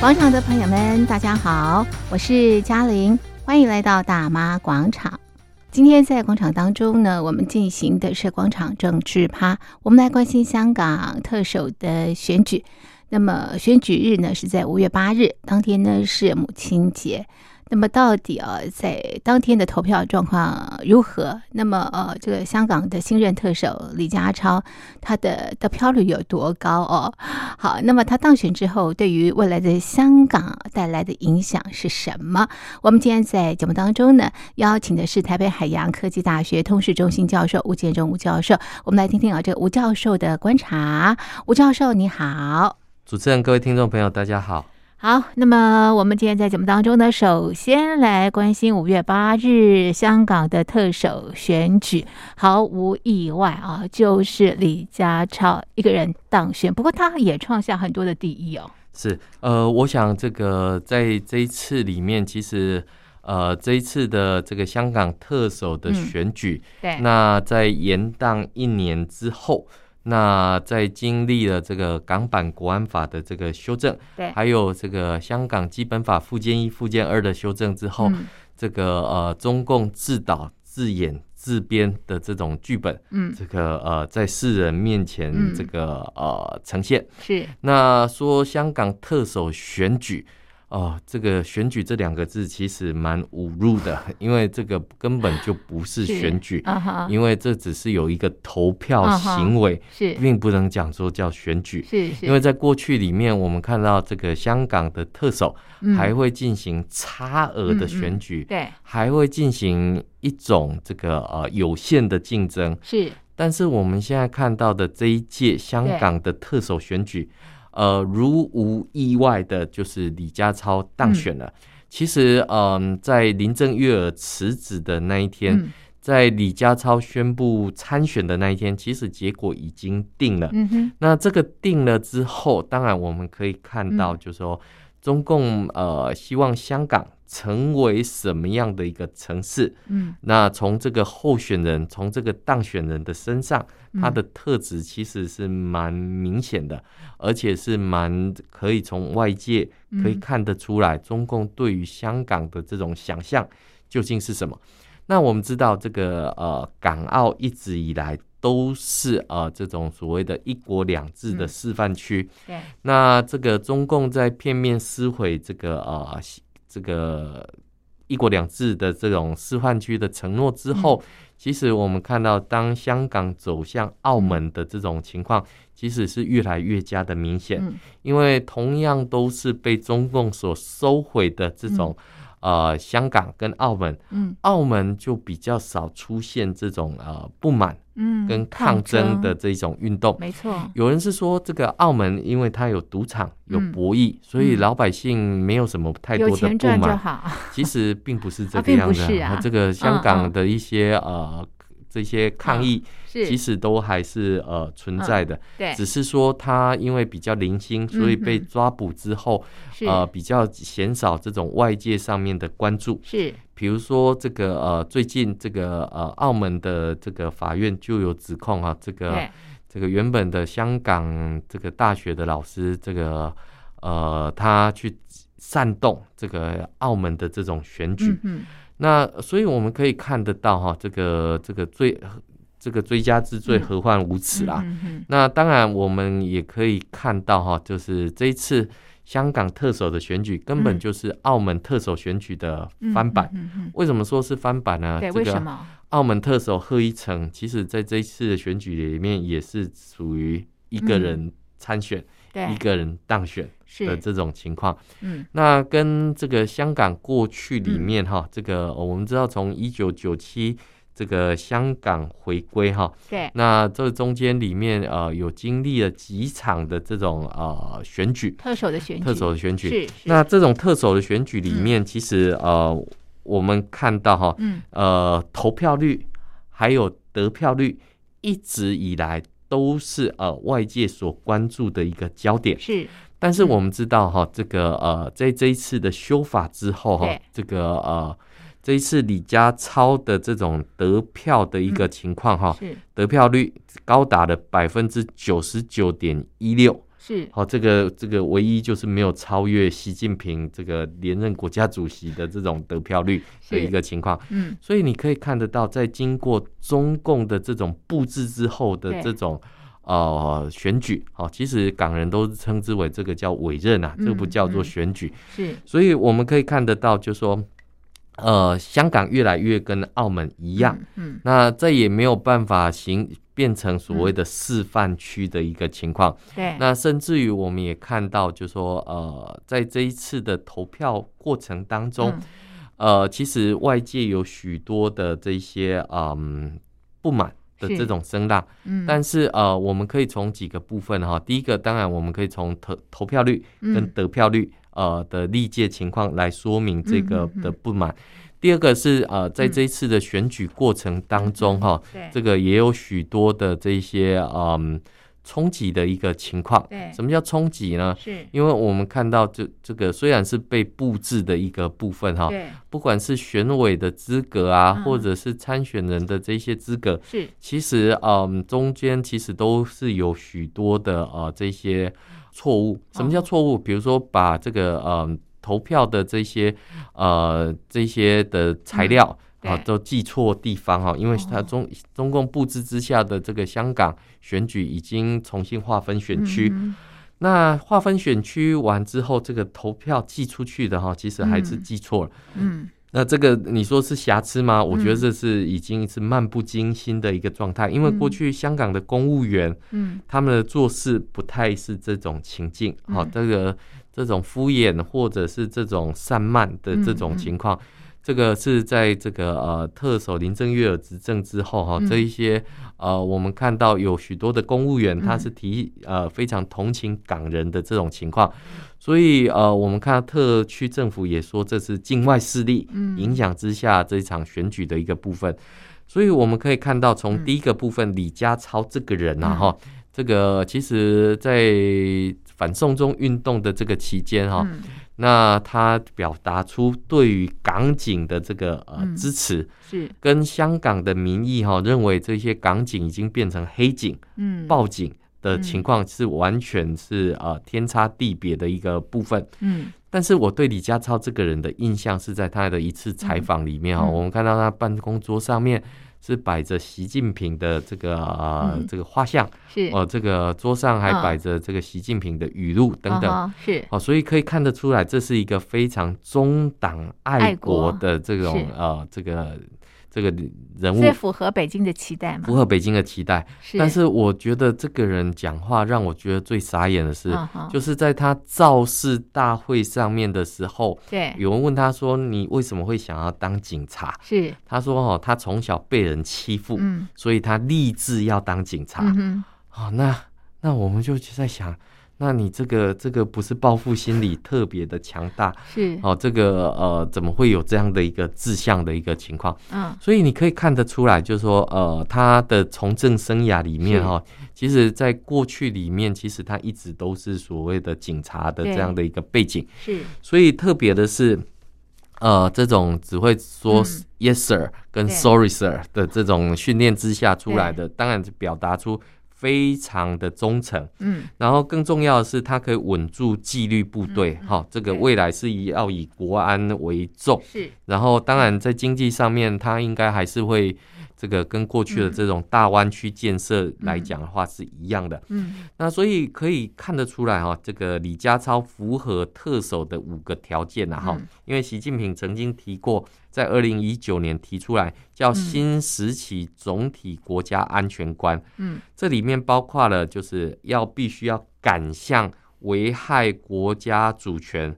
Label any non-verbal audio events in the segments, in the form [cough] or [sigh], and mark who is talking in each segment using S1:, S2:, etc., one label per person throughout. S1: 广场的朋友们，大家好，我是嘉玲，欢迎来到大妈广场。今天在广场当中呢，我们进行的是广场政治趴，我们来关心香港特首的选举。那么选举日呢是在五月八日，当天呢是母亲节。那么到底啊，在当天的投票状况如何？那么呃，这个香港的新任特首李家超，他的得票率有多高哦？好，那么他当选之后，对于未来的香港带来的影响是什么？我们今天在节目当中呢，邀请的是台北海洋科技大学通识中心教授吴建中吴教授，我们来听听啊，这个吴教授的观察。吴教授你好，
S2: 主持人、各位听众朋友，大家好。
S1: 好，那么我们今天在节目当中呢，首先来关心五月八日香港的特首选举，毫无意外啊，就是李家超一个人当选，不过他也创下很多的第一哦。
S2: 是，呃，我想这个在这一次里面，其实呃，这一次的这个香港特首的
S1: 嗯
S2: 选举，
S1: 对
S2: 那在延宕一年之后，那在经历了这个港版国安法的这个修正，
S1: 对，
S2: 还有这个香港基本法附件一、附件二的修正之后，
S1: 嗯
S2: 这个呃，中共自导自演。自编的这种剧本，
S1: 嗯
S2: 这个呃，在世人面前
S1: 嗯
S2: 这个呃呈现，
S1: 是
S2: 那说香港特首选举，哦，这个选举这两个字其实蛮侮辱的， [laughs] 因为这个根本就不是选举，
S1: 啊哈
S2: 因为这只是有一个投票
S1: 啊哈
S2: 行为，
S1: 是
S2: 并不能讲说叫选举。
S1: 是是，
S2: 因为在过去里面，我们看到这个香港的特首
S1: 嗯
S2: 还会进行差额的选举，
S1: 对
S2: 还会进行一种这个呃有限的竞争，
S1: 是
S2: 但是我们现在看到的这一届香港的特首选举，呃，如无意外的，就是李家超当选了。其实，嗯、在林郑月娥辞职的那一天，
S1: 嗯
S2: 在李家超宣布参选的那一天，其实结果已经定了。
S1: 嗯哼
S2: 那这个定了之后，当然我们可以看
S1: 嗯
S2: 到，就是说、中共呃希望香港成为什么样的一个城市？
S1: 嗯
S2: 那从这个候选人，从这个当选人的身上，
S1: 嗯
S2: 他的特质其实是蛮明显的，而且是蛮可以从外界可以
S1: 嗯
S2: 看得出来，中共对于香港的这种想象究竟是什么？那我们知道，这个呃，港澳一直以来都是呃这种所谓的一国两制的
S1: 嗯
S2: 示范区。
S1: 对
S2: 那这个中共在片面撕毁这个呃西这个一国两制的这种示范区的承诺之后，其实我们看到，当香港走向澳门的这种情况，其实是越来越加的明显，
S1: 嗯
S2: 因为同样都是被中共所收回的这种、呃香港跟澳门，
S1: 嗯
S2: 澳门就比较少出现这种呃不满
S1: 嗯
S2: 跟抗争的这种运动。
S1: 没错
S2: 有人是说，这个澳门因为它有赌场、有
S1: 嗯
S2: 博弈，所以
S1: 嗯
S2: 老百姓没有什么太多
S1: 有
S2: 的
S1: 钱
S2: 不
S1: 赚就
S2: 满。
S1: 好
S2: 其实并不是这
S1: 啊
S2: 个
S1: 并
S2: 样
S1: 不
S2: 子、
S1: 是啊
S2: 这个香
S1: 嗯嗯嗯
S2: 港的一些、呃这些抗议，
S1: 是
S2: 其实都还是呃存
S1: 嗯
S2: 在的，
S1: 对
S2: 只是说它因为比较零星，所以被
S1: 嗯哼
S2: 抓捕之后，
S1: 是
S2: 呃比较减少这种外界上面的关注。
S1: 是
S2: 比如说这个呃最近这个呃澳门的这个法院就有指控啊，这个。
S1: 对
S2: 这个原本的香港这个大学的老师，这个呃，他去煽动这个澳门的这种选举。
S1: 嗯嗯
S2: 那所以我们可以看得到哈，这个这个罪这个追加之罪，
S1: 嗯
S2: 何患无辞啦。
S1: 嗯嗯
S2: 那当然，我们也可以看到哈，就是这一次香港特首的选举，根本
S1: 嗯
S2: 就是澳门特首选举的
S1: 嗯
S2: 翻版。
S1: 嗯嗯
S2: 为什么说是翻版呢？
S1: 嗯对
S2: 这
S1: 为
S2: 个
S1: 什么
S2: 澳门特首贺一诚，其实在这一次的选举里面也是属于一个人参选、一
S1: 嗯对
S2: 个人当选的
S1: 是
S2: 这种情况。
S1: 嗯
S2: 那跟这个香港过去里面哈，这个呃我们知道从一九九七这个香港回归哈，
S1: 对
S2: 那这中间里面呃有经历了几场的这种呃选举，
S1: 特首的选举
S2: 特首的选举。
S1: 是是
S2: 那这种特首的选举里面，其实呃我们看到哈，
S1: 嗯
S2: 呃，投票率还有得票率，一直以来都是呃外界所关注的一个焦点。
S1: 是
S2: 但是
S1: 嗯
S2: 我们知道哈，这个呃，在这一次的修法之后哈
S1: 对，
S2: 这个呃，这一次李家超的这种得票的一
S1: 嗯
S2: 个情况哈，
S1: 是
S2: 得票率高达了百分之九十九点一六，
S1: 是
S2: 好、这个这个唯一就是没有超越习近平这个连任国家主席的这种得票率的
S1: 是
S2: 一个情况。
S1: 嗯
S2: 所以你可以看得到，在经过中共的这种布置之后的
S1: 对
S2: 这种呃选举，好、其实港人都称之为这个叫委任啊，
S1: 嗯
S2: 这个不叫做
S1: 嗯
S2: 选举。
S1: 是
S2: 所以我们可以看得到，就说呃，香港越来越跟澳门一
S1: 一
S2: 样，，
S1: 嗯
S2: 那再也没有办法行变成所谓的示范区的一个情况。
S1: 对，
S2: 那甚至于我们也看到，就说呃，在这一次的投票过程当中。
S1: 嗯
S2: 呃，其实外界有许多的这些嗯不满的
S1: 是
S2: 这种声浪，
S1: 嗯，
S2: 但是呃，我们可以从几个部分哈，第一个当然我们可以从投投票率跟
S1: 嗯
S2: 得票率、呃的历届情况来说明这个
S1: 嗯嗯嗯嗯
S2: 的不满。第二个是呃，在这一次的选举过程当中哈，
S1: 对
S2: 这个也有许多的这些嗯冲击的一个情况。
S1: 对
S2: 什么叫冲击呢？
S1: 是
S2: 因为我们看到这这个虽然是被布置的一个部分哈，
S1: 对
S2: 不管是选委的资格啊，
S1: 嗯
S2: 或者是参选人的这些资格，
S1: 是
S2: 其实嗯，中间其实都是有许多的呃这些错误。
S1: 嗯
S2: 什么叫错误？比如说把这个嗯投票的这些呃这些的材料。
S1: 嗯
S2: 啊，
S1: 对
S2: 都记错地方哈，因为它
S1: 哦
S2: 中、中共布置之下的这个香港选举已经重新划分选区，
S1: 嗯
S2: 那划分选区完之后，这个投票寄出去的哈，其实还是
S1: 嗯
S2: 寄错了。
S1: 嗯
S2: 那这个你说是瑕疵吗？我觉得这是已经是漫不经心的一个状态，因为过去香港的公务员
S1: 嗯
S2: 他们的做事不太是这种情境，
S1: 嗯
S2: 好、这个这种敷衍或者是这种散漫的这
S1: 嗯
S2: 种
S1: 嗯
S2: 情况，这个是在这个呃特首林郑月娥执政之后哈、
S1: 嗯
S2: 这一些呃我们看到有许多的公务员
S1: 嗯
S2: 他是提呃非常同情港人的这种情况，所以呃我们看到特区政府也说这是境外势力
S1: 嗯
S2: 影响之下这一场选举的一个部分。所以我们可以看到，从
S1: 嗯
S2: 第一个部分，李家超这个人啊，
S1: 嗯
S2: 哈、这个其实在反送中运动的这个期间哈、
S1: 嗯
S2: 那他表达出对于港警的这个呃
S1: 嗯
S2: 支持，
S1: 是
S2: 跟香港的民意哈、认为这些港警已经变成黑警、
S1: 嗯
S2: 报警的情况是完全是呃天差地别的一个部分。
S1: 嗯
S2: 但是我对李家超这个人的印象是在他的一次采访里面啊、
S1: 嗯嗯
S2: 我们看到他办公桌上面是摆着习近平的这个呃、
S1: 嗯
S2: 这个画像，
S1: 是
S2: 哦、这个桌上还
S1: 嗯
S2: 摆着这个习近平的语录等等。
S1: 啊哈是
S2: 哦，所以可以看得出来，这是一个非常中党爱
S1: 爱
S2: 国
S1: 国啊
S2: 的这种
S1: 是
S2: 呃，这个这个人物
S1: 所以符合北京的期待嘛
S2: 符？合北京的期待。
S1: 是
S2: 但是我觉得这个人讲话让我觉得最傻眼的是，
S1: 啊哈
S2: 就是在他造势大会上面的时候，
S1: 对
S2: 有人问他说：“你为什么会想要当警察
S1: 是？”
S2: 他说：“哦，他从小被人欺负，
S1: 嗯
S2: 所以他立志要当警察。
S1: 嗯哼
S2: 好、那那我们就在想，那你这个这个不是报复心理特别的强大
S1: 是
S2: 哦？这个呃，怎么会有这样的一个志向的一个情况？
S1: 嗯
S2: 所以你可以看得出来，就是说呃，他的从政生涯里面
S1: 是
S2: 哈、哦，其实在过去里面，其实他一直都是所谓的警察的
S1: 对
S2: 这样的一个背景，
S1: 是
S2: 所以特别的是。呃，这种只会说
S1: 嗯
S2: yes sir 跟
S1: 对
S2: sorry sir 的这种训练之下出来的，当然是表达出非常的忠诚。
S1: 嗯
S2: 然后更重要的是，它可以稳住纪律部队。
S1: 嗯嗯
S2: 哈、这个
S1: 对
S2: 未来是以要以国安为重。
S1: 是
S2: 然后，当然在经济上面，它应该还是会这个跟过去的
S1: 嗯
S2: 这种大湾区建设来讲的话是一样的。
S1: 嗯
S2: 那所以可以看得出来哈、这个李家超符合特首的五个条件啊哈、
S1: 嗯
S2: 因为习近平曾经提过，在二零一九年提出来叫
S1: 嗯
S2: 新时期总体国家安全观，
S1: 嗯
S2: 这里面包括了就是要必须要敢向危害国家主权、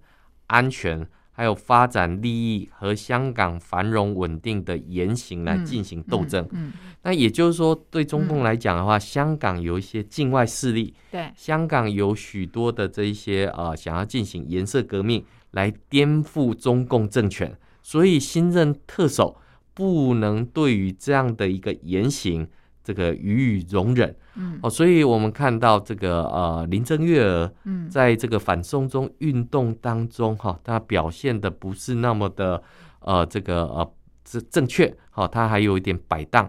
S2: 安全。还有发展利益和香港繁荣稳定的言行来
S1: 嗯
S2: 进行斗争。
S1: 嗯
S2: 那也就是说，对中共来讲的话，香港有一些境外势力，
S1: 对
S2: 香港有许多的这一些呃想要进行颜色革命来颠覆中共政权，所以新任特首不能对于这样的一个言行这个予以容忍
S1: 嗯
S2: 哦，所以我们看到这个呃林郑月娥
S1: 嗯
S2: 在这个反送中运动当中哈、她表现的不是那么的呃这个呃正正确，好、她还有一点摆荡。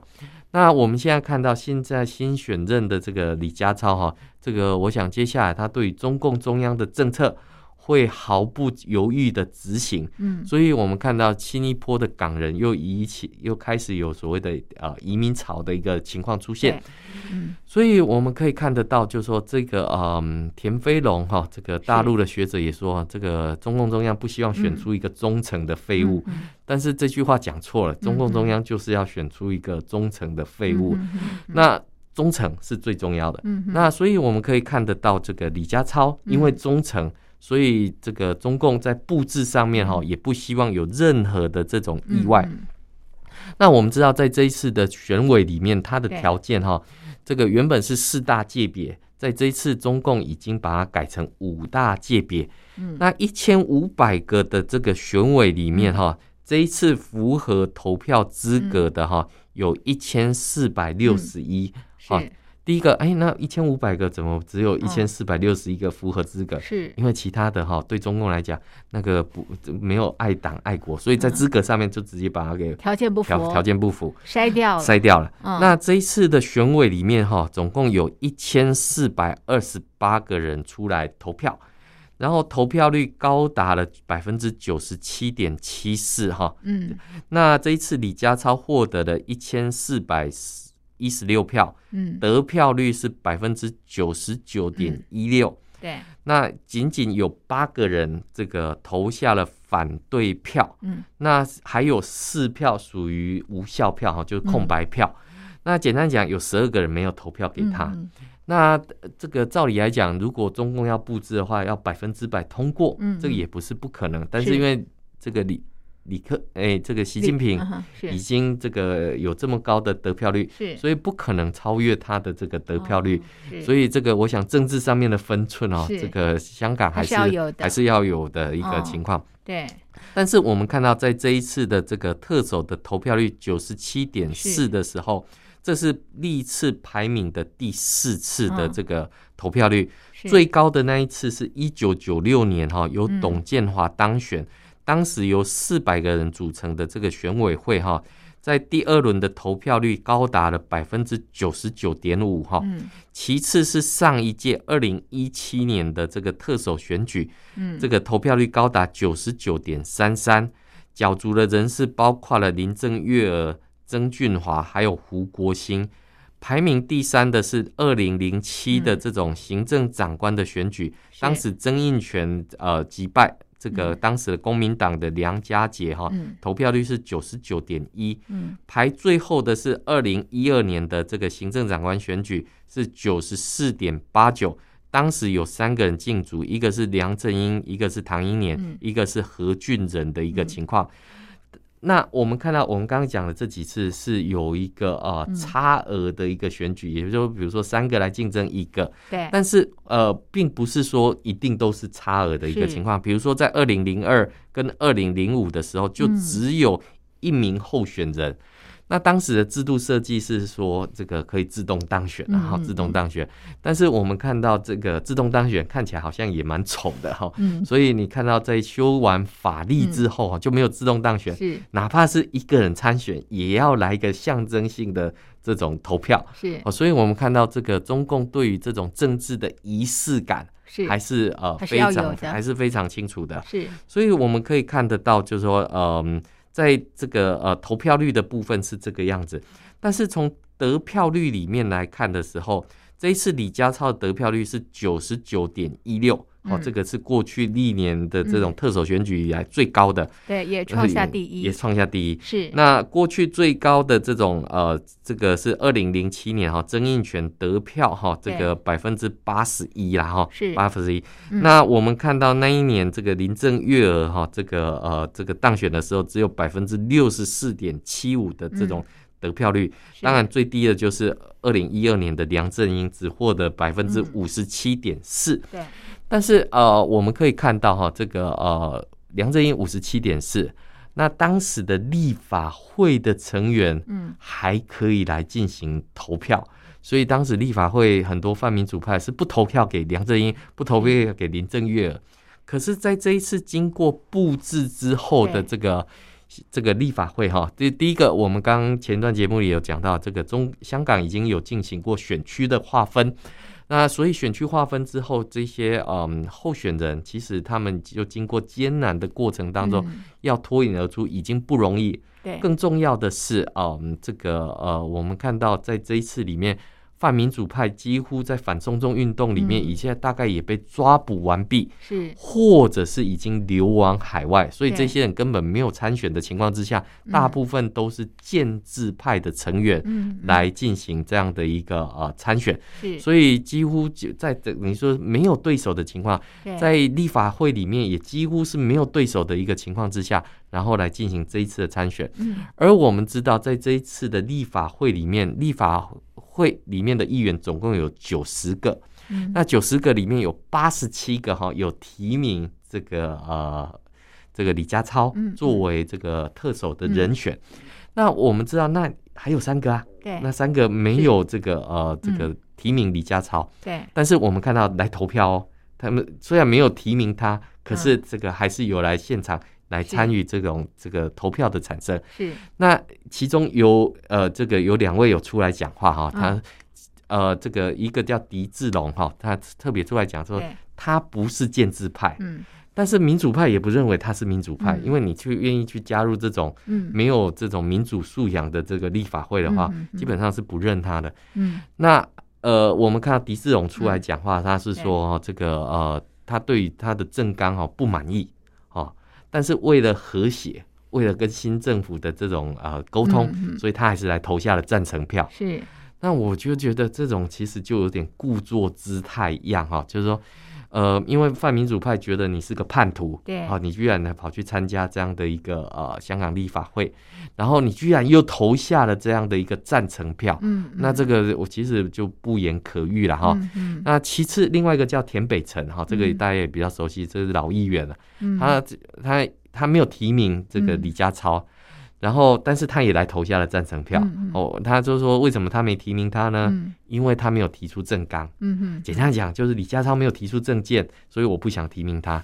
S2: 那我们现在看到现在新选任的这个李家超哈，这个我想接下来他对于中共中央的政策会毫不犹豫的执行，
S1: 嗯
S2: 所以我们看到新一波的港人又移起，又开始有所谓的呃移民潮的一个情况出现
S3: 对，
S1: 嗯
S2: 所以我们可以看得到，就是说这个嗯田飞龙哈，这个大陆的学者也说，这个中共中央不希望选出一个忠诚的废物，
S1: 嗯
S2: 但是这句话讲错了，中共中央就是要选出一个忠诚的废物，
S1: 嗯嗯嗯
S2: 那忠诚是最重要的。
S1: 嗯嗯嗯
S2: 那所以我们可以看得到，这个李家超因为忠诚，所以这个中共在布置上面哈，也不希望有任何的这种意外。
S1: 嗯
S2: 那我们知道，在这一次的选委里面，它的
S3: 对
S2: 条件哈，这个原本是四大界别，在这一次中共已经把它改成五大界别。
S3: 嗯
S2: 那一千五百个的这个选委里面哈，
S3: 嗯
S2: 这一次符合投票资格的
S3: 嗯
S2: 哈，有一千四百六十一。好
S3: 是
S2: 第一个，哎，那一千五百个怎么只有一
S3: 嗯
S2: 千四百六十一个符合资格？
S3: 是
S2: 因为其他的哈，对中共来讲，那个不没有爱党爱国，所以在资格上面就直接把它给
S3: 条嗯件不符，
S2: 条条件不符，
S3: 筛
S1: 哦
S3: 掉了，
S2: 筛掉了。
S3: 嗯
S2: 那这一次的选委里面哈，总共有一千四百二十八个人出来投票，然后投票率高达了百分之九十七点七四哈。
S3: 嗯
S2: 那这一次李家超获得了一千四百一十六票，
S3: 嗯
S2: 得票率是百分之九十九点一六。
S1: 嗯
S3: 对
S2: 那仅仅有八个人这个投下了反对票，
S3: 嗯
S2: 那还有四票属于无效票哈，
S3: 嗯
S2: 就是空白票。那简单讲，有十二个人没有投票给他。
S3: 嗯
S2: 那呃这个照理来讲，如果中共要布置的话，要百分之百通过，
S3: 嗯
S2: 这个也不是不可能。但
S3: 是
S2: 是因为这个李李克哎、这个习近平
S3: 嗯哼
S2: 已
S3: 是
S2: 经这个有这么高的得票率，
S3: 是
S2: 所以不可能超越他的这个得票率。，所
S3: 以
S2: 以这个我想政治上面的分寸哦，
S3: 哦是
S2: 这个香港还是
S3: 还是要有的
S2: 还是要有的一个
S3: 哦
S2: 情况。
S3: 对
S2: 但是我们看到在这一次的这个特首的投票率九十七点
S3: 是
S2: 四的时候，这是历次排名的第四次的
S3: 嗯
S2: 这个投票率，
S3: 是
S2: 最高的那一次是一九九六年哈、由
S3: 嗯
S2: 董建华当选，当时由四百个人组成的这个选委会哈、在第二轮的投票率高达了百分之九十九点五哈，
S3: 嗯
S2: 其次是上一届二零一七年的这个特首选举，
S3: 嗯
S2: 这个投票率高达九十九点三三，角逐的人士包括了林郑月娥、曾俊华，还有胡国兴。排名第三的是二零零七的这种行政长官的选举，
S3: 嗯是
S2: 当时曾荫权呃击败这个当时的公民党的梁家杰哈，
S3: 嗯
S2: 投票率是九十九点一，
S3: 嗯
S2: 排最后的是二零一二年的这个行政长官选举是九十四点八九，当时有三个人竞逐，一个是梁振英，一个是唐英年，
S3: 嗯
S2: 一个是何俊仁的一个情况。那我们看到，我们刚刚讲的这几次是有一个呃
S3: 嗯
S2: 差额的一个选举，也就是说，比如说三个来竞争一个，
S3: 对
S2: 但是呃，并不是说一定都是差额的一个
S3: 是
S2: 情况。比如说，在二零零二跟二零零五的时候，就
S3: 嗯
S2: 只有一名候选人。那当时的制度设计是说，这个可以自动当选，然后
S3: 嗯嗯
S2: 自动当选。但是我们看到这个自动当选看起来好像也蛮丑的哈，
S3: 嗯
S2: 所以你看到在修完法律之后啊，就没有自动当选，
S3: 是
S2: 哪怕是一个人参选，也要来一个象征性的这种投票。
S3: 是
S2: 哦，所以我们看到这个中共对于这种政治的仪式感
S3: 是
S2: 还是呃
S3: 还是
S2: 非
S3: 要有
S2: 常
S3: 的
S2: 还是非常清楚的，
S3: 是
S2: 所以我们可以看得到，就是说，嗯、在这个呃投票率的部分是这个样子，但是从得票率里面来看的时候，这一次李家超的得票率是九十九点一六。哦
S3: 嗯，
S2: 这个是过去历年的这种特首选举以来最高的，呃
S3: 对也创下
S2: 也
S3: 第一
S2: 也创下第一。
S3: 是
S2: 那过去最高的这种呃，这个是二零零七年哈，曾荫权得票哈，这个百分之八十一啦哈，
S3: 是
S2: 八分之一。
S3: 嗯
S2: 那我们看到那一年这个林郑月娥哈，这个呃这个当选的时候只有百分之六十四点七五的这种得票率，
S3: 嗯是
S2: 当然最低的就是二零一二年的梁振英只获
S3: 嗯
S2: 得百分之五十七点四。
S3: 对
S2: 但是呃，我们可以看到哈，这个呃，梁振英五十七点四，那当时的立法会的成员
S3: 嗯
S2: 还可以来进行投票，所以当时立法会很多泛民主派是不投票给梁振英，不投票给林郑月娥。可是，在这一次经过布置之后
S3: 对
S2: 的这个这个立法会哈，第第一个，我们刚刚前段节目也有讲到，这个中香港已经有进行过选区的划分，那所以选区划分之后，这些嗯候选人其实他们就经过艰难的过程当中，
S3: 嗯
S2: 要脱颖而出已经不容易，
S3: 对，
S2: 更重要的是啊、嗯，这个呃，我们看到在这一次里面，泛民主派几乎在反送中运动里
S3: 嗯
S2: 面，已经大概也被抓捕完毕，
S1: 是
S2: 或者是已经流亡海外，所以
S3: 对
S2: 这些人根本没有参选的情况之下，大部分都是建制派的成员。
S3: 嗯，嗯
S2: 来进行这样的一个呃参选，
S3: 是，
S2: 所以几乎就在这你说没有对手的情况，
S3: 对
S2: 在立法会里面也几乎是没有对手的一个情况之下，然后来进行这一次的参选。
S3: 嗯
S2: 而我们知道，在这一次的立法会里面，立法会里面的议员总共有九十个，
S3: 嗯
S2: 那九十个里面有八十七个哈有提名这个呃这个李家超
S3: 嗯嗯嗯
S2: 作为这个特首的人选。那我们知道，那还有三个啊，
S3: 对
S2: 那三个没有这个呃这
S3: 嗯
S2: 个提名李家超，
S3: 对
S2: 但是我们看到来投票哦，他们虽然没有提名他，可
S3: 嗯
S2: 是这个还是有来现场来参与这种这个投票的产生。
S3: 是，
S2: 那其中有呃，这个有两位有出来讲话哈、他、
S3: 嗯
S2: 呃，这个一个叫狄志龙哈、他特别出来讲说
S3: 对，
S2: 他不是建制派，
S3: 嗯
S2: 但是民主派也不认为他是民主派，
S3: 嗯
S2: 因为你去愿意去加入这种
S3: 嗯
S2: 没有这种民主素养的这个立法会的话，
S3: 嗯嗯嗯
S2: 基本上是不认他的。
S3: 嗯
S2: 那呃，我们看到狄志勇出来讲话，他是说、哦这个呃，他对于他的政纲哦不满意哦，但是为了和谐，为了跟新政府的这种呃沟通，
S3: 嗯嗯
S2: 所以他还是来投下了赞成票。
S3: 是，
S2: 那我就觉得这种其实就有点故作姿态一样哈、就是说。呃，因为泛民主派觉得你是个叛徒，
S3: 对
S2: 啊，你居然还跑去参加这样的一个呃香港立法会，然后你居然又投下了这样的一个赞成票，
S3: 嗯
S2: 那这个我其实就不言可喻了哈。，
S3: 嗯
S2: 那其次，另外一个叫田北辰哈，这个
S3: 嗯
S2: 大家也比较熟悉，这是老议员了。
S3: 嗯
S2: 他他他没有提名这个
S3: 嗯
S2: 李家超，然后但是他也来投下了赞成票。
S3: 嗯嗯
S2: 哦，他就说为什么他没提名他呢？
S3: 嗯
S2: 因为他没有提出政纲。
S3: 嗯嗯
S2: 简单讲，就是李家超没有提出政见，所以我不想提名他。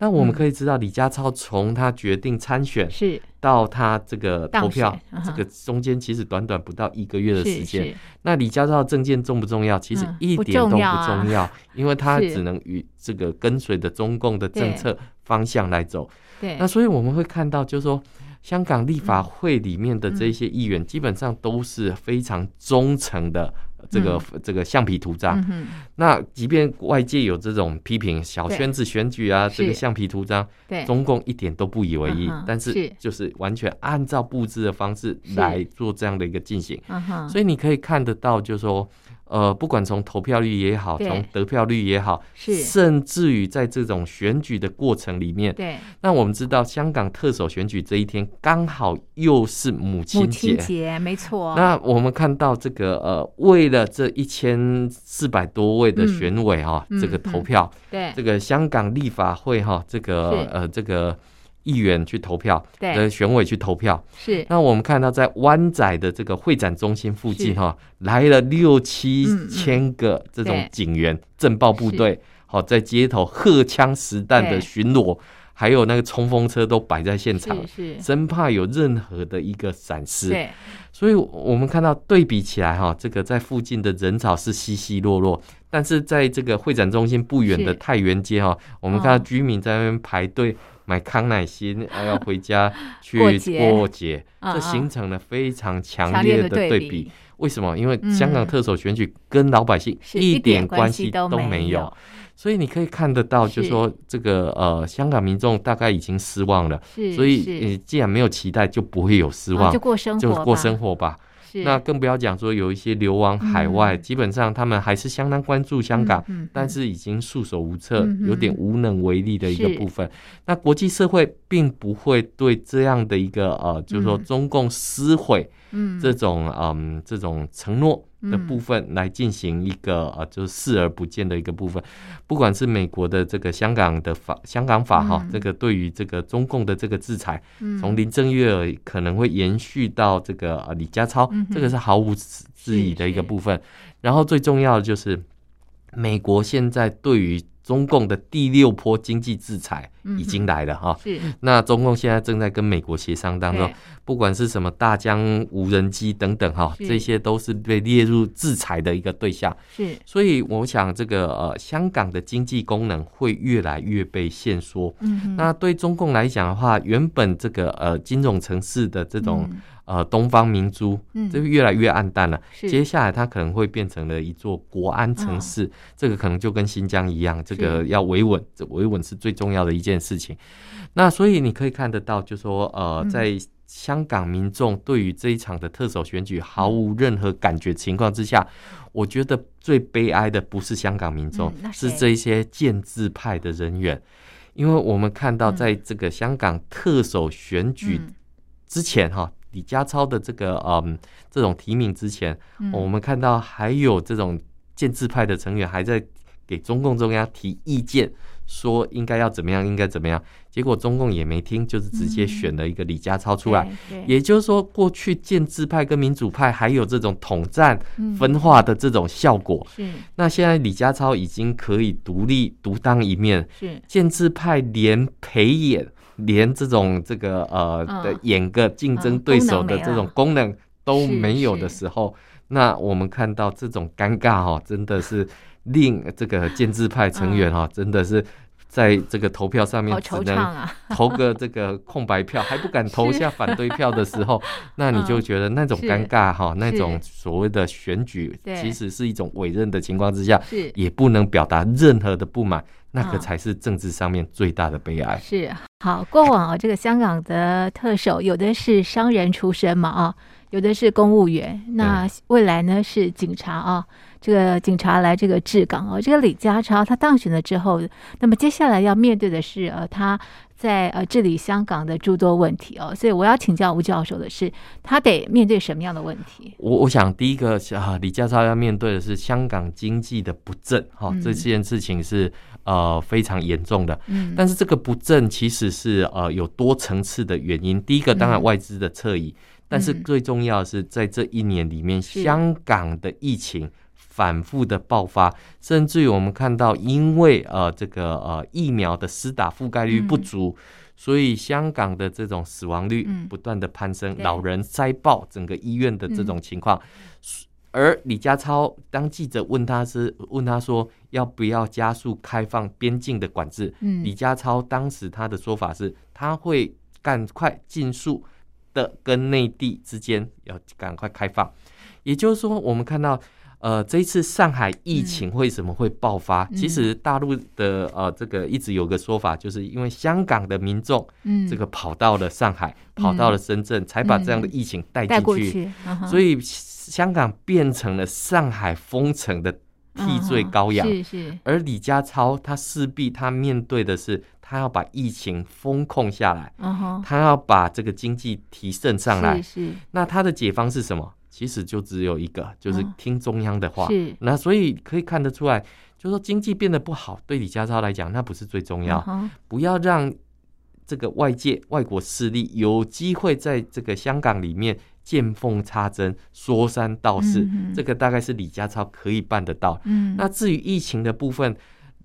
S2: 那我
S3: 嗯
S2: 们可以知道，李家超从他决定参选
S3: 是
S2: 到他这个投
S3: 当
S2: 票
S3: 选，嗯哼
S2: 这个中间其实短短不到一个月的时
S3: 是
S2: 间。
S3: 是
S2: 那李家超的证件重不重要？其实
S3: 嗯
S2: 一
S3: 不
S2: 点都不
S3: 重
S2: 重
S3: 要啊 [laughs]
S2: 要，因为他
S3: 是
S2: 只能与这个跟随着中共的政策方向来走。
S3: 对
S2: 那所以我们会看到，就是说香港立法会里面的这
S3: 嗯
S2: 些议员，基本上都是非常忠诚的。呃这个、这个橡皮图章，
S3: 嗯哼
S2: 那即便外界有这种批评，小
S3: 对
S2: 圈子选举啊，这个
S3: 是
S2: 橡皮图章，
S3: 对
S2: 中共一点都不以为意，
S3: 嗯哼
S2: 但是
S3: 是
S2: 就是完全按照布置的方式
S3: 是
S2: 来做这样的一个进行。
S3: 嗯哼
S2: 所以你可以看得到，就是说，呃，不管从投票率也好，
S3: 对
S2: 从得票率也好，
S3: 是
S2: 甚至于在这种选举的过程里面，
S3: 对
S2: 那我们知道香港特首选举这一天刚好又是母
S3: 母
S2: 亲
S3: 亲
S2: 节。
S3: 节没错，
S2: 那我们看到这个呃，为了这一千四百多位的
S3: 嗯
S2: 选委哈、
S3: 嗯
S2: 这个投
S3: 嗯
S2: 票，
S3: 对
S2: 这个香港立法会哈、这个
S3: 是
S2: 呃这个议员去投票，
S3: 对
S2: 呃选委去投票，
S3: 是
S2: 那我们看到，在湾仔的这个会展中心附近哈、来了六七千个这种警员、政报部
S3: 嗯
S2: 队，好、在街头荷枪实弹的
S3: 对
S2: 巡逻，还有那个冲锋车都摆在现场
S3: 是，是
S2: 生怕有任何的一个闪失。
S3: 对
S2: 所以，我们看到对比起来哈、这个在附近的人潮是稀稀落落，但是在这个会展中心不远的
S3: 是
S2: 太原街哈、我们看到
S3: 哦
S2: 居民在那边排队。买康
S3: [laughs]
S2: 乃馨，还要回家去
S3: 过节
S2: 过节，
S3: 嗯
S2: 这
S3: 嗯
S2: 形成了非常强
S3: 强
S2: 烈
S3: 烈
S2: 的
S3: 的
S2: 对
S3: 对
S2: 比
S3: 比。
S2: 为什么？因为香港
S3: 嗯
S2: 特首选举跟老百姓
S3: 是
S2: 一点
S3: 关
S2: 系
S3: 都
S2: 都没有，
S3: 有，
S2: 所以你可以看得到，就是说这个呃，香港民众大概已经失望了，
S3: 是
S2: 所
S3: 是
S2: 以你呃既然没有期待，就不会有失
S3: 啊
S2: 望
S3: 就，过生
S2: 就
S3: 活
S2: 过
S3: 吧
S2: 生活吧。
S3: 是
S1: 嗯
S2: 那更不要讲说有一些流亡海外，
S3: 嗯
S2: 基本上他们还是相当关注香港，
S3: 嗯嗯
S2: 但是已经束手无策，
S3: 嗯哼
S2: 有点无能为力的一个
S3: 是
S2: 部分。那国际社会并不会对这样的一个呃，就是说
S3: 嗯
S2: 中共撕毁
S3: 嗯
S2: 这种嗯这种承诺的部分来进行一个呃，就是视而不见的一个部分。不管是美国的这个香港的法香港法哈，
S3: 嗯
S2: 这个对于这个中共的这个制裁，
S3: 嗯
S2: 从林郑月娥可能会延续到这个呃李家超
S3: 嗯，哼
S2: 这个是毫无质疑的一个部分。然后最重要的就是，美国现在对于中共的第六波经济制裁
S1: 嗯哼
S2: 已经来了哈、
S1: 是
S2: 那中共现在正在跟美国协商当中
S1: 对，
S2: 不管是什么大疆无人机等等哈，
S1: 是
S2: 这些都是被列入制裁的一个对象。
S1: 是，
S2: 所以我想，这个呃，香港的经济功能会越来越被限缩。
S1: 嗯哼，
S2: 那对中共来讲的话，原本这个呃金融城市的这种、呃东方明珠，
S1: 嗯
S2: 这越来越暗淡了。
S1: 是
S2: 接下来它可能会变成了一座国安城市，
S1: 嗯
S2: 这个可能就跟新疆一样，这个要维稳，这维稳是最重要的一件事情。那所以你可以看得到，就说呃，
S1: 嗯
S2: 在香港民众对于这一场的特首选举毫无任何感觉情况之下，我觉得最悲哀的不是香港民众
S1: 嗯，那谁
S2: 是这些建制派的人员。因为我们看到，在这个香港特首选举
S1: 嗯
S2: 之前哈，李家超的这个嗯这种提名之前，
S1: 嗯
S2: 我们看到还有这种建制派的成员还在给中共中央提意见，说应该要怎么样，应该怎么样。结果中共也没听，就是直接选了一个李家超出来。，
S1: 对对
S2: 也就是说，过去建制派跟民主派还有这种统战
S1: 嗯
S2: 分化的这种效果。
S1: 是
S2: 那现在李家超已经可以独立独当一面，
S1: 是
S2: 建制派连陪演，连这种这个呃、
S1: 嗯
S2: 的演个竞争对手的这种功能都没有的时候，那我们看到这种尴尬哦，真的是令这个建制派成员哦，真的是在这个投票上面
S1: 嗯好
S2: 只
S1: 惆怅
S2: 能
S1: 啊，
S2: 投个这个空白
S1: [laughs]
S2: 票，还不敢投下反对票的时候，那你就觉得那种
S1: 是
S2: 尴尬哈、那
S1: 嗯是
S2: 种所谓的选举
S1: 对
S2: 其实是一种委任的情况之下，
S1: 是
S2: 也不能表达任何的不满，那个
S1: 嗯
S2: 才是政治上面最大的悲哀。
S1: 是好，过往哦，这个香港的特首有的是商人出身嘛啊、有的是公务员，那未来呢是警察啊、这个警察来这个治港哦，这个李家超他当选了之后，那么接下来要面对的是呃他在呃治理香港的诸多问题哦，所以我要请教吴教授的是，他得面对什么样的问题？
S2: 我我想第一个是啊，李家超要面对的是香港经济的不振，哈、
S1: 嗯
S2: 这件事情是呃非常严重的。
S1: 嗯，
S2: 但是这个不振其实是呃有多层次的原因。第一个当然
S1: 嗯
S2: 外资的侧移，但是
S1: 嗯
S2: 最重要的是在这一年里面，
S1: 是
S2: 香港的疫情反复的爆发，甚至于我们看到因为呃这个呃疫苗的施打覆盖率不足。所以香港的这种死亡率
S1: 嗯
S2: 不断的攀升，
S1: 对
S2: 老人塞爆整个医院的这
S1: 嗯
S2: 种情况，而李家超当记者问他是问他说要不要加速开放边境的管制，
S1: 嗯
S2: 李家超当时他的说法是，他会赶快尽速的跟内地之间要赶快开放。也就是说，我们看到，呃，这一次上海疫情为什么会爆发？
S1: 嗯
S2: 其实大陆的呃，这个一直有个说法，就是因为香港的民众
S1: 嗯
S2: 这个跑到了上海，跑到了深圳，才把这样的疫情带
S1: 带过
S2: 进去。
S1: 去，嗯哼
S2: 所以香港变成了上海封城的替罪羔羊。
S1: 嗯哼是是
S2: 而李家超他势必他面对的是，他要把疫情风控下来，
S1: 嗯哼
S2: 他要把这个经济提升上来
S1: 是。是
S2: 那他的解方是什么？其实就只有一个，就是
S1: 嗯
S2: 听中央的话。
S1: 是
S2: 那所以可以看得出来，就说经济变得不好，对李家超来讲，那不是最重要
S1: 嗯。哼
S2: 不要让这个外界外国势力有机会在这个香港里面见缝插针、说三道四。
S1: 嗯嗯
S2: 这个大概是李家超可以办得到。
S1: 嗯
S2: 那至于疫情的部分，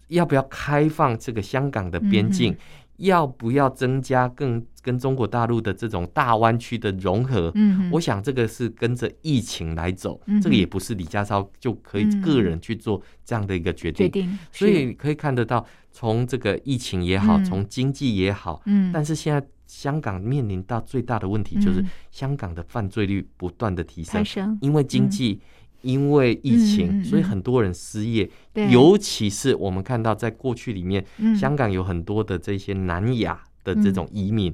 S2: 要不要开放这个香港的边境？
S1: 嗯
S2: 要不要增加更跟中国大陆的这种大湾区的融合？
S1: 嗯哼
S2: 我想这个是跟着疫情来走，
S1: 嗯哼
S2: 这个也不是李家超就可以
S1: 嗯
S2: 个人去做这样的一个决定。
S1: 决定，
S2: 所
S1: 是
S2: 以可以看得到，从这个疫情也好，
S1: 嗯
S2: 从经济也好，
S1: 嗯，
S2: 但是现在香港面临到最大的问题就是
S1: 嗯
S2: 香港的犯罪率不断的提升
S1: 攀，升
S2: 因为经济，因为疫
S1: 嗯嗯
S2: 情，
S1: 嗯
S2: 所以很多人失业，
S1: 对
S2: 尤其是我们看到在过去里面，
S1: 嗯
S2: 香港有很多的这些南亚的这种移民，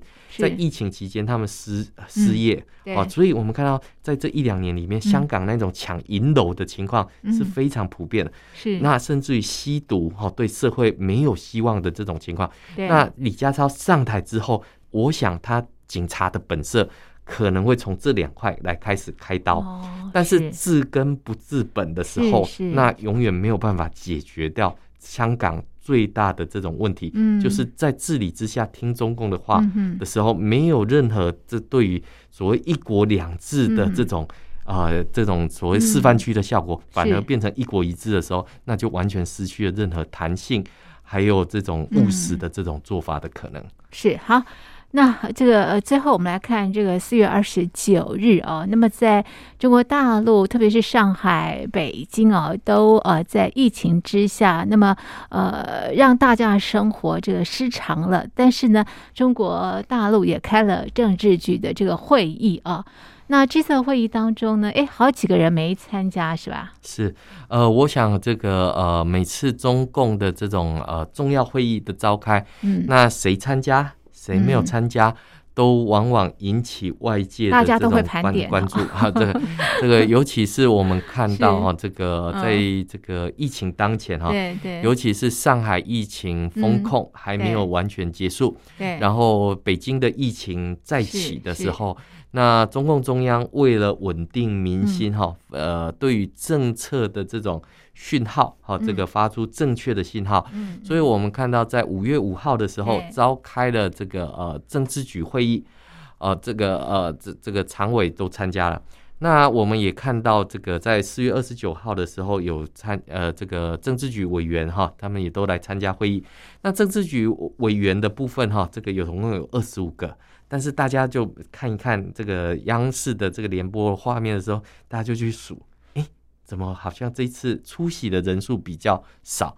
S1: 嗯
S2: 在
S1: 是嗯
S2: 疫情期间他们失失业。
S1: 对
S2: 啊，所以我们看到，在这一两年里面，香港那种抢银楼的情况
S1: 嗯
S2: 是非常普遍的。
S1: 是
S2: 那甚至于吸毒哈、哦，对社会没有希望的这种情况。
S1: 对
S2: 那李家超上台之后，我想他警察的本色可能会从这两块来开始开刀。
S1: 哦
S2: 但是治根不治本的时候
S1: 是是，
S2: 那永远没有办法解决掉香港最大的这种问题，
S1: 嗯
S2: 就是在治理之下听中共的话
S1: 嗯哼
S2: 的时候，没有任何这对于所谓一国两制的
S1: 嗯
S2: 这种、呃这种所谓示范区的效果，反而
S1: 是
S2: 变成一国一制的时候，那就完全失去了任何弹性。还有这种
S1: 嗯
S2: 务实的这种做法的可能。
S3: 是好。那这个呃，最后我们来看这个四月二十九日哦，那么在中国大陆，特别是上海、北京哦，都呃在疫情之下，那么呃让大家生活这个失常了。但是呢，中国大陆也开了政治局的这个会议啊、那这次会议当中呢，哎，好几个人没参加是吧？
S2: 是，呃，我想这个呃，每次中共的这种呃重要会议的召开，
S3: 嗯，
S2: 那谁参加，谁没有
S3: 嗯
S2: 参加，都往往引起外界
S3: 大
S2: 的
S3: 家
S2: 这
S3: 都
S2: 种
S3: 会
S2: 关
S3: 盘点哦
S2: 关注啊。这个 [laughs] 这个，尤其是我们看到
S3: 是
S2: 哈、这个
S3: 嗯
S2: 在这个疫情当前哈、
S3: 对对，
S2: 尤其是上海疫情
S3: 嗯
S2: 风控还没有
S3: 对
S2: 完全结束，
S3: 对，
S2: 然后北京的疫情再起的时候，那中共中央为了稳定民
S3: 嗯
S2: 心哈、呃，对于政策的这种讯号哈、
S3: 嗯
S2: 这个发出正确的信号，
S3: 嗯，
S2: 所以我们看到在五月五号的时候
S3: 对
S2: 召开了这个呃政治局会议，呃，这个呃这这个常委都参加了。那我们也看到，这个在四月二十九号的时候有参呃这个政治局委员哈，他们也都来参加会议。那政治局委员的部分哈，这个有总共有二十五个，但是大家就看一看这个央视的这个联播画面的时候，大家就去数，诶，怎么好像这次出席的人数比较少？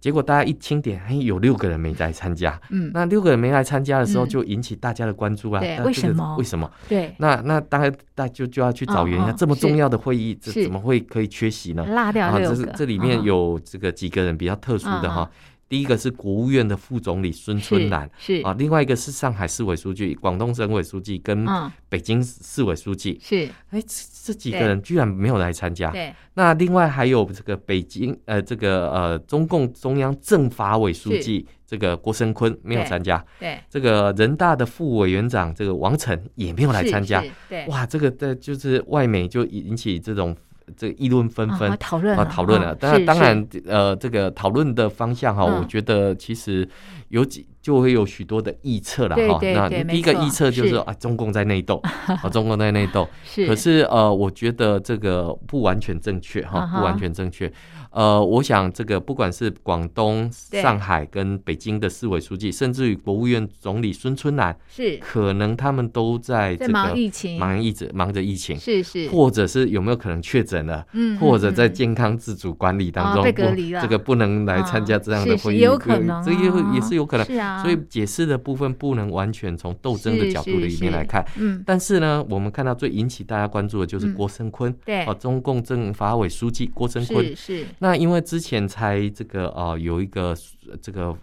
S2: 结果大家一清点，哎，有六个人没来参加。
S3: 嗯，
S2: 那六个人没来参加的时候，
S3: 嗯
S2: 就引起大家的关注啊。
S3: 对
S2: 那这个
S3: 为什么
S2: 为什么？
S3: 对，
S2: 那那当然，大家就就要去找原因啊。
S3: 嗯嗯
S2: 这么重要的会议，这
S3: 是
S2: 怎么会可以缺席呢？
S3: 落掉
S2: 啊，
S3: 六
S2: 这
S3: 个
S2: 是，这里面
S3: 嗯
S2: 有这个几个人比较特殊的
S3: 嗯
S2: 哈。第一个是国务院的副总理孙春兰
S3: 是
S2: 啊，另外一个是上海市委书记、广东省委书记跟
S3: 嗯
S2: 北京市委书记。
S3: 是
S2: 哎，这这几个
S3: 对
S2: 人居然没有来参加。
S3: 对
S2: 那另外还有这个北京呃这个呃中共中央政法委书
S3: 是
S2: 记这个郭声琨没有
S3: 对
S2: 参加，
S3: 对，
S2: 这个人大的副委员长这个王晨也没有来
S3: 是
S2: 参加
S3: 是，对，
S2: 哇，这个的就是外媒就引起这种这个议论纷
S3: 啊
S2: 纷
S3: 好。讨论
S2: 啊，
S3: 了
S2: 讨论
S3: 嗯
S2: 了，当然，
S3: 是
S2: 当
S3: 是
S2: 然，呃，这个讨论的方向哈，
S3: 嗯
S2: 我觉得其实有几就会有许多的臆测了
S3: 对
S2: 哈。
S3: 对
S2: 那
S3: 对
S2: 第一个
S3: 没错
S2: 臆测就是是啊，中共在内斗，啊，中共在内斗。
S3: 是，
S2: 可是呃，我觉得这个不完全正确哈
S3: 啊，哈
S2: 不完全正确。呃，我想这个不管是广东、
S3: 对
S2: 上海跟北京的市委书记，甚至于国务院总理孙春兰，
S3: 是
S2: 可能他们都在
S3: 在
S2: 这
S3: 忙
S2: 个
S3: 疫情，
S2: 忙疫着忙着疫情，
S3: 是是，
S2: 或者是有没有可能确诊了，
S3: 嗯
S2: 或者
S3: 嗯
S2: 在
S3: 嗯
S2: 健康自主管理当
S3: 啊
S2: 中
S3: 被
S2: 不
S3: 隔离了
S2: 这个不能来参加这样的
S3: 啊是
S2: 会
S3: 是
S2: 议，
S3: 也有可能啊
S2: 这也会也是有可能。
S3: 是啊，
S2: 所以解释的部分不能完全从斗争
S3: 是
S2: 的角度
S3: 是
S2: 的一
S3: 是
S2: 面来看，
S3: 嗯
S2: 但是呢，我们看到最引起大家关注的就是
S3: 嗯
S2: 郭声琨，
S3: 对
S2: 啊，中共政法委书记郭声琨
S3: 是。是
S2: 那因为之前才这个呃有一个呃这个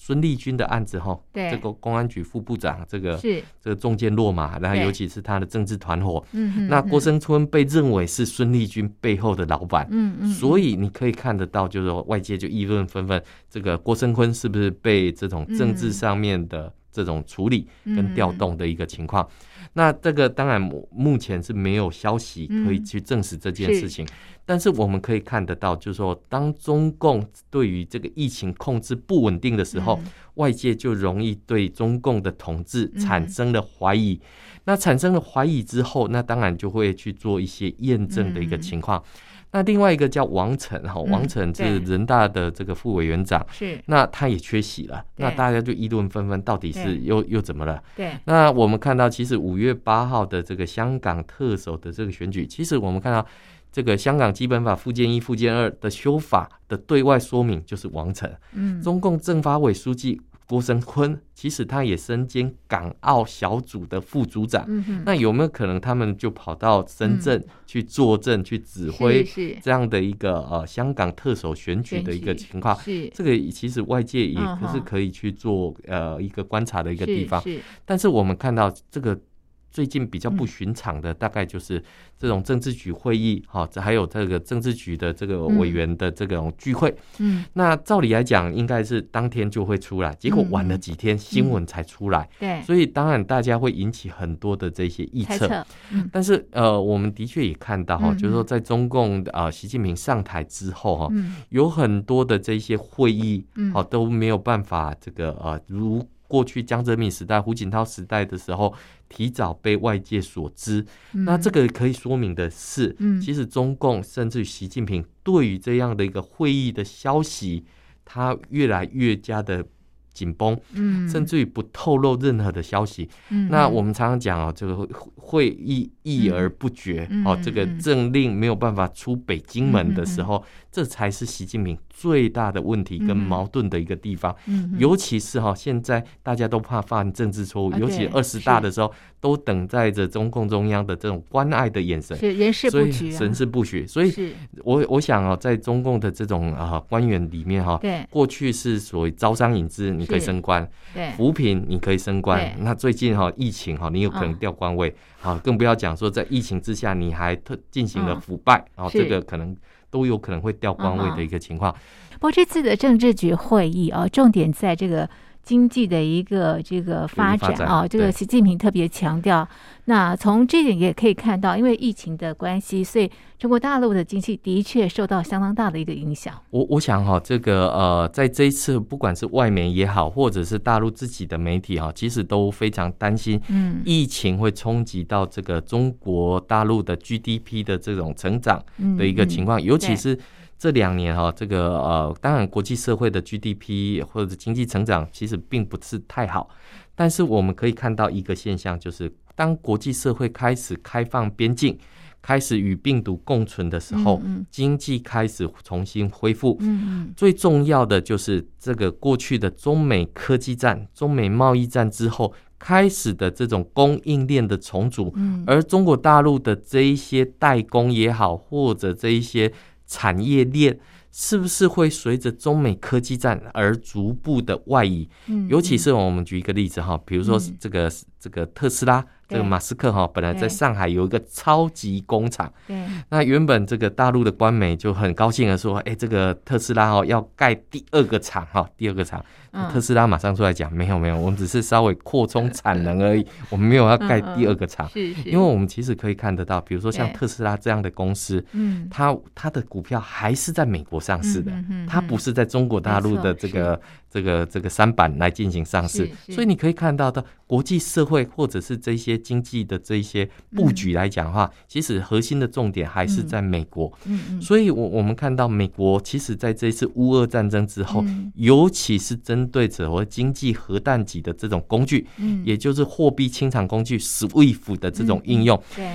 S2: 孙立军的案子哈，
S3: 对
S2: 这个公安局副部长这个
S3: 是，
S2: 这个中箭落马，然后
S3: 对
S2: 尤其是他的政治团伙，
S3: 嗯哼
S2: 那
S3: 哼
S2: 郭声琨被认为是孙立军背后的老板。
S3: 嗯嗯，
S2: 所以你可以看得到，就是说外界就议论纷纷，这个郭声琨是不是被这种政
S3: 嗯
S2: 治上面的这种处理
S3: 嗯
S2: 跟调动的一个情况？那这个当然目目前是没有消息可以
S3: 嗯
S2: 去证实这件
S3: 是
S2: 事情，但是我们可以看得到，就是说当中共对于这个疫情控制不稳定的时候，
S3: 嗯
S2: 外界就容易对中共的统治产
S3: 嗯
S2: 生了怀疑。那产生了怀疑之后，那当然就会去做一些验证的一个
S3: 嗯
S2: 情况。那另外一个叫王晨哈，
S3: 嗯
S2: 王晨是
S3: 对
S2: 人大的这个副委员长，
S3: 是
S2: 那他也缺席了，
S3: 对
S2: 那大家就议论纷纷，到底是
S3: 对
S2: 又又怎么了？
S3: 对
S2: 那我们看到，其实五月八号的这个香港特首的这个选举，其实我们看到这个香港基本法附件一、附件二的修法的对外说明就是王晨，
S3: 嗯
S2: 中共政法委书记郭声琨，其实他也身兼港澳小组的副组长。
S3: 嗯哼
S2: 那有没有可能他们就跑到深圳去坐镇、去指挥
S3: 嗯是是
S2: 这样的一个呃香港特首选举
S3: 选
S2: 的一个
S3: 举
S2: 情况？
S3: 是
S2: 这个其实外界也
S3: 嗯
S2: 是
S3: 哼
S2: 可以去做、呃一个观察的一
S3: 一
S2: 个地方。
S3: 是
S2: 但是我们看到这个最近比较
S3: 嗯
S2: 不寻常的，大概就是这种政治局会议哈、这还有这个政治局的这个委员的这种聚会。
S3: 嗯
S2: 那照理来讲，应该是当天就会出来，结果晚了几天、新闻才出来，
S3: 对
S2: 所以当然大家会引起很多的这些臆
S3: 嗯猜
S2: 测。
S3: 测嗯
S2: 但是呃，我们的确也看到哈、
S3: 嗯嗯
S2: 就是说在中共啊、呃、习近平上台之后哈、
S3: 嗯
S2: 有很多的这些会议，
S3: 嗯
S2: 哦，都没有办法这个呃，如过去江泽民时代、胡锦涛时代的时候，提早被外界所知。那这个可以说明的是，
S3: 嗯
S2: 其实中共甚至于习近平对于这样的一个会议的消息。它越来越加的紧绷，
S3: 嗯，
S2: 甚至于不透露任何的消息。
S3: 嗯
S2: 那我们常常讲哦，这个会会议议而不决、
S3: 嗯
S2: 哦
S3: 嗯，
S2: 这个
S3: 嗯
S2: 政令没有办法出北京门的
S3: 嗯
S2: 时
S3: 嗯嗯
S2: 候，这才是习近平最大的问题跟
S3: 嗯
S2: 矛盾的一个地方。
S3: 嗯嗯
S2: 尤其是哈，现在大家都怕犯政治错误，
S3: 啊
S2: 尤其
S3: 对
S2: 二十大的时候，都等待着中共中央的这种关爱的眼神，
S3: 是人事
S2: 所
S3: 布
S2: 以
S3: 局啊，
S2: 神是不许。所以
S3: 是
S2: 我我想哦，在中共的这种啊、官员里面哈、
S3: 对
S2: 过去是所谓招商引资，你可以
S3: 是
S2: 升官；
S3: 对
S2: 扶贫你可以升官。
S3: 对
S2: 那最近哈、疫情哈、你有可能
S3: 嗯
S2: 调官位，好、更不要讲说在疫情之下你还特进行了
S3: 嗯
S2: 腐败，然后、
S3: 是嗯
S2: 这个可能都有可能会调官位的一个情况。
S3: 不过这次的政治局会议啊，重点在这个经济的一个这个发展
S2: 发展
S3: 啊，这个
S2: 对
S3: 习近平特别强调。那从这点也可以看到，因为疫情的关系，所以中国大陆的经济的确受到相当大的一个影响。
S2: 我我想哈、这个呃，在这一次不管是外媒也好，或者是大陆自己的媒体哈、其实都非常担心
S3: 嗯
S2: 疫情会冲击到这个中国大陆的 GDP 的这种成长的一个情况，尤其
S3: 嗯对
S2: 是这两年哈、这个呃，当然国际社会的 GDP 或者经济成长其实并不是太好，但是我们可以看到一个现象，就是当国际社会开始开放边境，开始与病毒共存的时候，
S3: 嗯
S2: 经济开始重新恢复。
S3: 嗯
S2: 最重要的就是这个过去的中美科技战、中美贸易战之后开始的这种供应链的重组，
S3: 嗯嗯
S2: 而中国大陆的这一些代工也好，或者这一些产业链，是不是会随着中美科技战而逐步的外移？
S3: 嗯
S2: 尤其是我们举一个例子哈，比如说
S3: 嗯
S2: 这个、这个特斯拉，这
S3: 对
S2: 个马斯克哈，本来
S3: 对
S2: 在上海有一个超级工厂。
S3: 对
S2: 那原本这个大陆的官媒就很高兴的说，哎、这个特斯拉哦要盖第二个厂哈、第二个厂。
S3: 嗯
S2: 特斯拉马上出来讲，没有没有，我们只是稍微扩充产能而已，我们没有要
S3: 嗯
S2: 盖第二个厂。
S3: 是是，
S2: 因为我们其实可以看得到，比如说像
S3: 对
S2: 特斯拉这样的公司，
S3: 嗯
S2: 它它的股票还是在美国上市的，
S3: 嗯嗯嗯
S2: 它不是在中国大陆的
S3: 没错
S2: 这个这个这个三板来进行上市
S3: 是，是
S2: 所以你可以看到的国际社会或者是这些经济的这一些布局来讲的话，其实核心的重点还是在美国。
S3: 嗯嗯
S2: 所以我，我们看到美国其实在这一次乌俄战争之后，
S3: 嗯
S2: 尤其是针对着我经济核弹级的这种工具，
S3: 嗯
S2: 也就是货币清偿工具 SWIFT 的这种应用，
S3: 对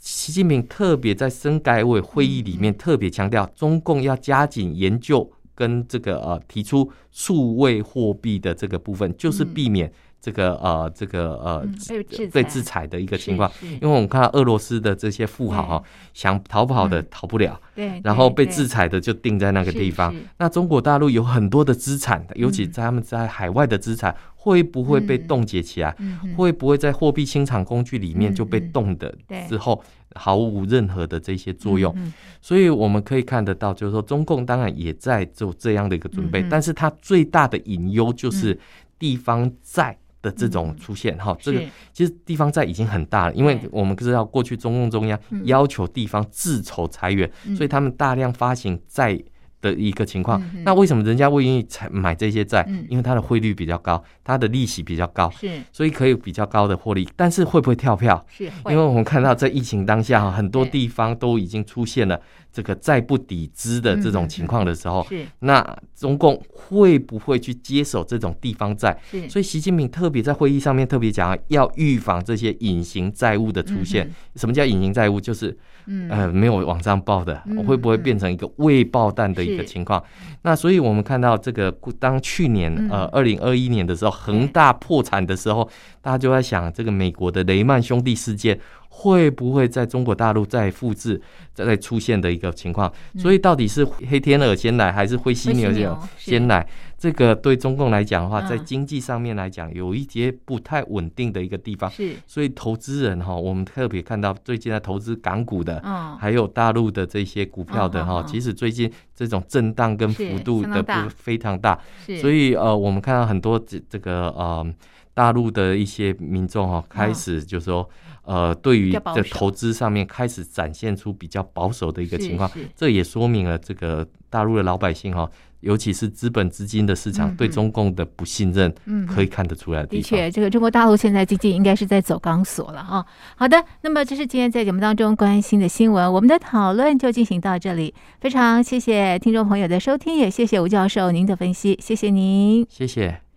S2: 习近平特别在深改委会议里
S3: 嗯
S2: 面特别强调，中共要加紧研究跟这个呃提出数位货币的这个部分，就是
S3: 嗯
S2: 避免这个呃这个呃
S3: 嗯被制裁
S2: 被制裁的一
S3: 的
S2: 个情况。
S3: 因
S2: 因为我们看到俄罗斯的这些富豪哈，想逃跑的
S3: 嗯
S2: 逃不了，
S3: 对，
S2: 然后被
S3: 对
S2: 制裁的就定在那个
S3: 是
S2: 地方
S3: 是。
S2: 那中国大陆有很多的资产，尤其
S3: 嗯
S2: 在他们在海外的资产会不会被
S3: 嗯
S2: 冻结起来？
S3: 嗯嗯
S2: 会不会在货币清偿工具里面
S3: 嗯
S2: 就被冻的
S3: 对
S2: 之后，毫无任何的这些作用？
S3: 嗯
S2: 所以我们可以看得到，就是说中共当然也在做这样的一个准备，
S3: 嗯嗯
S2: 但是它最大的隐忧就是地方债的这种出现哈、这个
S3: 嗯是
S2: 其实地方债已经很大了，因为
S3: 对
S2: 我们知道过去中共中央
S3: 嗯
S2: 要求地方自筹裁员，
S3: 嗯
S2: 所以他们大量发行债的一个情况。
S3: 嗯嗯
S2: 那为什么人家会愿意采买这些债？
S3: 嗯
S2: 因为它的汇率比较高，它的利息比较高，
S3: 是
S2: 所以可以有比较高的获利。但是会不会跳票？
S3: 是会，
S2: 因为我们看到在疫情当下，很多
S3: 对
S2: 地方都已经出现了这个债不抵资的这种情况的时候，
S3: 是
S2: 那中共会不会去接手这种地方债？
S3: 是，
S2: 所以习近平特别在会议上面特别讲，要预防这些隐形债务的出现。
S3: 嗯
S2: 什么叫隐形债务？就是
S3: 嗯
S2: 呃，没有往上报的，
S3: 嗯
S2: 会不会变成一个未爆弹的一个
S3: 是
S2: 情况？那所以我们看到这个，当去年
S3: 嗯
S2: 呃二零二一年的时候，恒大破产的时候，大家就在想，这个美国的雷曼兄弟事件会不会在中国大陆再复制、再再出现的一个情况？所以到底是黑天鹅先来，还是灰犀牛
S3: 嗯灰犀
S2: 先
S3: 牛是
S2: 先来？这个对中共来讲的话，
S3: 嗯
S2: 在经济上面来讲，有一些不太稳定的一个地方。
S3: 是
S2: 所以投资人哈，我们特别看到最近在投资港股的，
S3: 嗯
S2: 还有大陆的这些股票的
S3: 嗯
S2: 哈
S3: 嗯嗯，
S2: 其实最近这种震荡跟
S3: 是
S2: 幅度
S3: 相
S2: 的
S3: 当大
S2: 部分非常大，
S3: 是，
S2: 所
S3: 以
S2: 以呃，我们看到很多这这个呃大陆的一些民众哈，开始就说呃，对于
S3: 嗯比较保
S2: 这
S3: 守
S2: 投资上面开始展现出比较保守的一个情况，
S3: 是
S2: 这也说明了这个大陆的老百姓哈，尤其是资本资金的市场
S1: 嗯
S2: 对
S1: 嗯
S2: 中共的不信任，
S1: 嗯，
S2: 可以看得出来的地
S1: 的
S2: 方。
S1: 确，这个中国大陆现在经济应该是在走钢索了啊。好的，那么这是今天在节目当中关心的新闻，我们的讨论就进行到这里。非常谢谢听众朋友的收听，也谢谢吴教授您的分析，谢谢您。
S2: 谢谢。